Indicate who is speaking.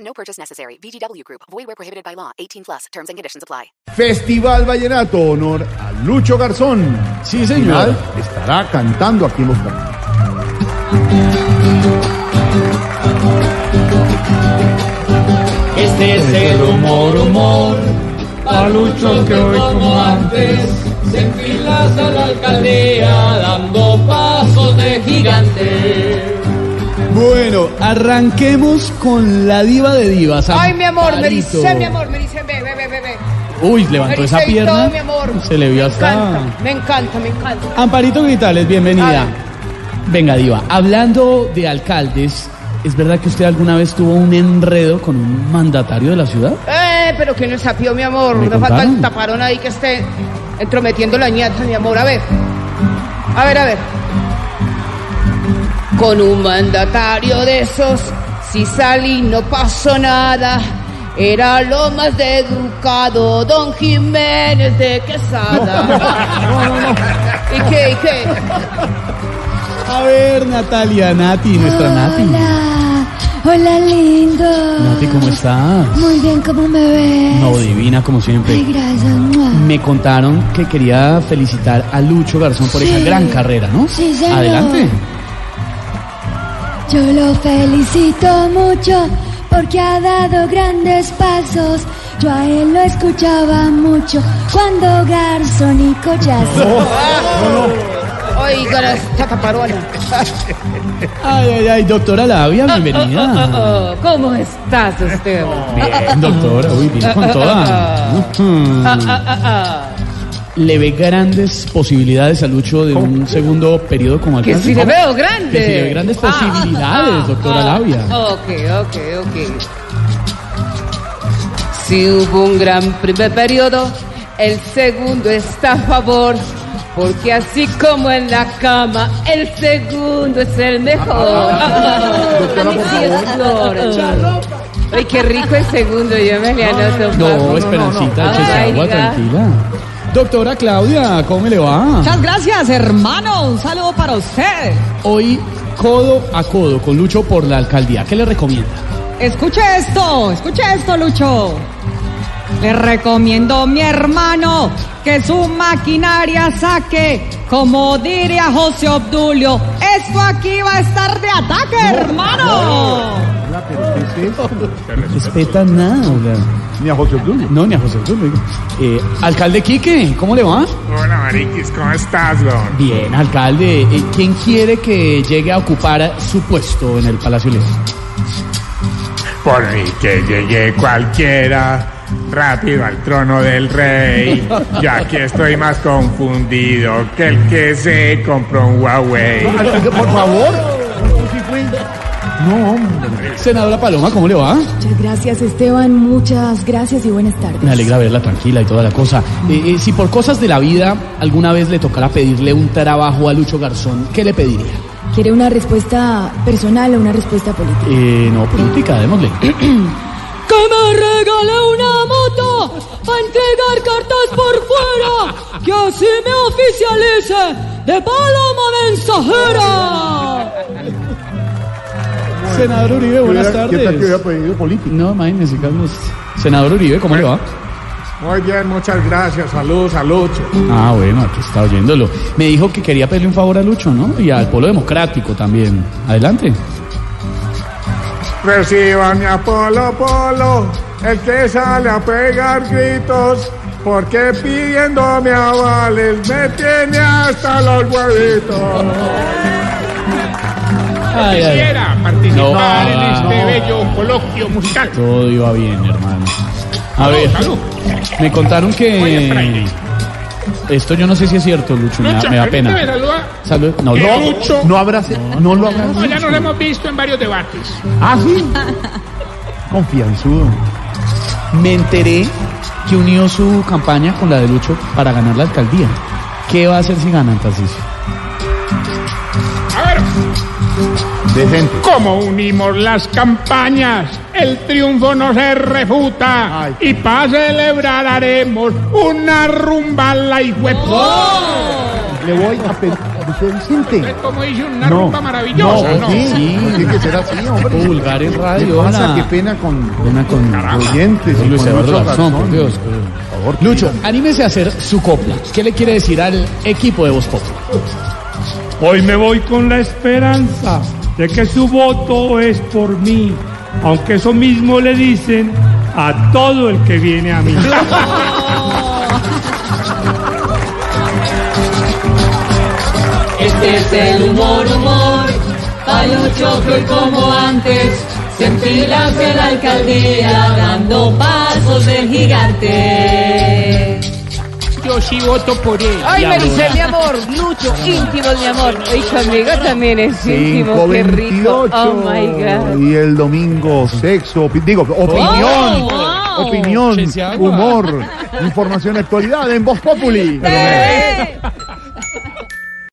Speaker 1: No purchase necessary. VGW Group. Void where prohibited by law. 18 plus. Terms and conditions apply.
Speaker 2: Festival Vallenato, honor a Lucho Garzón.
Speaker 3: Sí, señor.
Speaker 2: Al final, Estará cantando aquí en los Carros.
Speaker 4: Este es el humor, humor, paluchos que hoy como antes se enfilas a la alcaldía dando pasos de gigante.
Speaker 3: Bueno, arranquemos con la diva de divas.
Speaker 5: Ay, mi amor, me
Speaker 3: Amparito.
Speaker 5: dice, mi amor, me dice, ve, ve, ve, ve. ve.
Speaker 3: Uy, levantó
Speaker 5: Me
Speaker 3: esa
Speaker 5: dice y
Speaker 3: pierna.
Speaker 5: todo, mi amor.
Speaker 3: Se le vio
Speaker 5: Me
Speaker 3: hasta.
Speaker 5: encanta, me encanta, me encanta.
Speaker 3: Amparito Vitales, bienvenida.
Speaker 5: Ay.
Speaker 3: Venga, diva. Hablando de alcaldes, ¿es verdad que usted alguna vez tuvo un enredo con un mandatario de la ciudad?
Speaker 5: Eh, pero que no sapió, mi amor.
Speaker 3: Me
Speaker 5: No falta
Speaker 3: contaron.
Speaker 5: el taparón ahí que esté entrometiendo la ñata, mi amor. A ver. A ver, a ver. Con un mandatario de esos, si salí no pasó nada. Era lo más de educado, don Jiménez de Quesada. ¿Y qué, y qué?
Speaker 3: A ver, Natalia, Nati, nuestra Nati.
Speaker 6: Hola, hola lindo.
Speaker 3: Nati, ¿cómo estás?
Speaker 6: Muy bien, ¿cómo me ves?
Speaker 3: No, divina como
Speaker 6: Ay,
Speaker 3: siempre.
Speaker 6: gracias. mua.
Speaker 3: Me contaron que quería felicitar a Lucho Garzón por esa
Speaker 6: Sí.
Speaker 3: gran carrera, ¿no?
Speaker 6: Sí, señor.
Speaker 3: Adelante.
Speaker 6: Yo lo felicito mucho porque ha dado grandes pasos. Yo a él lo escuchaba mucho cuando Garzón y Collazo.
Speaker 5: Oiga, esta taparona.
Speaker 3: Ay, ay, ay, doctora Labia, bienvenida.
Speaker 5: Oh, ¿Cómo estás usted?
Speaker 3: Bien, doctora, uy, bien con toda. ¿Le ve grandes posibilidades a Lucho de un segundo periodo como
Speaker 5: Que
Speaker 3: alcalde?
Speaker 5: si le veo grande. Ah,
Speaker 3: Que si le ve grandes posibilidades, doctora Labia.
Speaker 5: Ok, ok, ok. Si hubo un gran primer periodo, el segundo está a favor. Porque así como en la cama, el segundo es el
Speaker 3: Ah,
Speaker 5: mejor. Ay, sí, doctora. Ay, qué rico el segundo, yo me le anoto. un
Speaker 3: No,
Speaker 5: poco.
Speaker 3: Esperancita,
Speaker 5: no.
Speaker 3: échese
Speaker 5: Ay,
Speaker 3: agua,
Speaker 5: diga.
Speaker 3: tranquila. Doctora Claudia, ¿cómo le va?
Speaker 7: Muchas gracias, hermano. Un saludo para usted.
Speaker 3: Hoy, codo a codo con Lucho por la alcaldía. ¿Qué le recomienda?
Speaker 7: Escuche esto, escuche esto, Lucho. Le recomiendo, mi hermano, que su maquinaria saque, como diría José Obdulio, esto aquí va a estar de ataque, hermano.
Speaker 3: Respeta nada,
Speaker 2: Ni a José Obdulio.
Speaker 3: No, ni a José Arturo, oiga. Eh, alcalde Quique, ¿cómo le va?
Speaker 8: Hola Mariquis, ¿cómo estás, weón?
Speaker 3: Bien, alcalde. Eh, ¿Quién quiere que llegue a ocupar su puesto en el Palacio León?
Speaker 8: Por mí que llegue cualquiera, rápido al trono del rey. Yo aquí estoy más confundido que el que se compró un Huawei.
Speaker 2: Alcalde, Por favor. Esto sí fue- No, hombre.
Speaker 3: Senadora Paloma, ¿cómo le va?
Speaker 6: Muchas gracias, Esteban. Muchas gracias y buenas tardes.
Speaker 3: Me alegra verla tranquila y toda la cosa. Eh, eh, si por cosas de la vida alguna vez le tocara pedirle un trabajo a Lucho Garzón, ¿qué le pediría?
Speaker 6: ¿Quiere una respuesta personal o una respuesta política?
Speaker 3: Eh, no, política, démosle.
Speaker 7: Que me regale una moto para entregar cartas por fuera, que así me oficialice de paloma mensajera.
Speaker 3: Senador Uribe, buenas
Speaker 2: ¿Qué tal que hubiera
Speaker 3: tardes.
Speaker 2: pedido político?
Speaker 3: No, imagínese, Carlos. Senador Uribe, ¿cómo le va?
Speaker 8: Muy bien, muchas gracias. Salud, salud.
Speaker 3: Ah, bueno, aquí está oyéndolo. Me dijo que quería pedirle un favor a Lucho, ¿no? Y al Polo Democrático también. Adelante.
Speaker 8: Reciban a Polo Polo, el que sale a pegar gritos. Porque pidiéndome avales me tiene hasta los huevitos.
Speaker 3: Ay, ay.
Speaker 8: participar este
Speaker 3: No.
Speaker 8: bello coloquio musical.
Speaker 3: Todo iba bien, hermano. A ver,
Speaker 8: salud.
Speaker 3: me contaron
Speaker 8: Oye, Fraile.
Speaker 3: que... Esto yo no sé si es cierto, Lucho, me da, me da
Speaker 9: ¿eh?
Speaker 3: pena. Salud. No, no.
Speaker 2: No abrace, no lo abrace.
Speaker 8: ya nos lo hemos visto en varios debates.
Speaker 2: Ah, sí.
Speaker 9: confianzudo.
Speaker 3: Me enteré que unió su campaña con la de Lucho para ganar la alcaldía. ¿Qué va a hacer si ganan, Tarcisio?
Speaker 8: A ver,
Speaker 9: Decente.
Speaker 8: ¿cómo unimos las campañas? El triunfo no se refuta.
Speaker 9: Ay.
Speaker 8: Y para celebrar haremos una rumba a la hijueputa.
Speaker 9: Le voy a pedir. ¿Usted Vicente?
Speaker 8: ¿Cómo dice una
Speaker 9: No.
Speaker 8: rumba maravillosa?
Speaker 9: No, sí, tiene que ser así, hombre.
Speaker 3: Vulgar en
Speaker 9: ¿Qué
Speaker 3: radio.
Speaker 9: pasa?
Speaker 3: hola.
Speaker 9: Qué pena con
Speaker 3: Pena con-
Speaker 9: los oyentes y
Speaker 3: Luis
Speaker 9: con
Speaker 3: Eduardo
Speaker 9: mucho
Speaker 3: Garzón,
Speaker 9: razón.
Speaker 3: por Dios.
Speaker 9: Por favor,
Speaker 3: Lucho,
Speaker 9: pidan.
Speaker 3: anímese a hacer su copla. ¿Qué le quiere decir al equipo de Voz Populi?
Speaker 8: Hoy me voy con la esperanza de que su voto es por mí, aunque eso mismo le dicen a todo el que viene a mí.
Speaker 4: Este es el humor, humor, palucho que hoy como antes, se enfilas en la alcaldía dando pasos de gigante.
Speaker 8: Yo sí voto por él.
Speaker 5: Ay, Maricel, mi amor, Lucho, íntimos, mi amor. Y conmigo también es íntimo, qué rico.
Speaker 9: 528.
Speaker 5: Oh my God.
Speaker 9: Y el domingo, sexo, opi- digo,
Speaker 3: Oh,
Speaker 9: opinión,
Speaker 5: wow.
Speaker 9: opinión, humor, información, actualidad en Voz Populi.
Speaker 5: ¡Eh!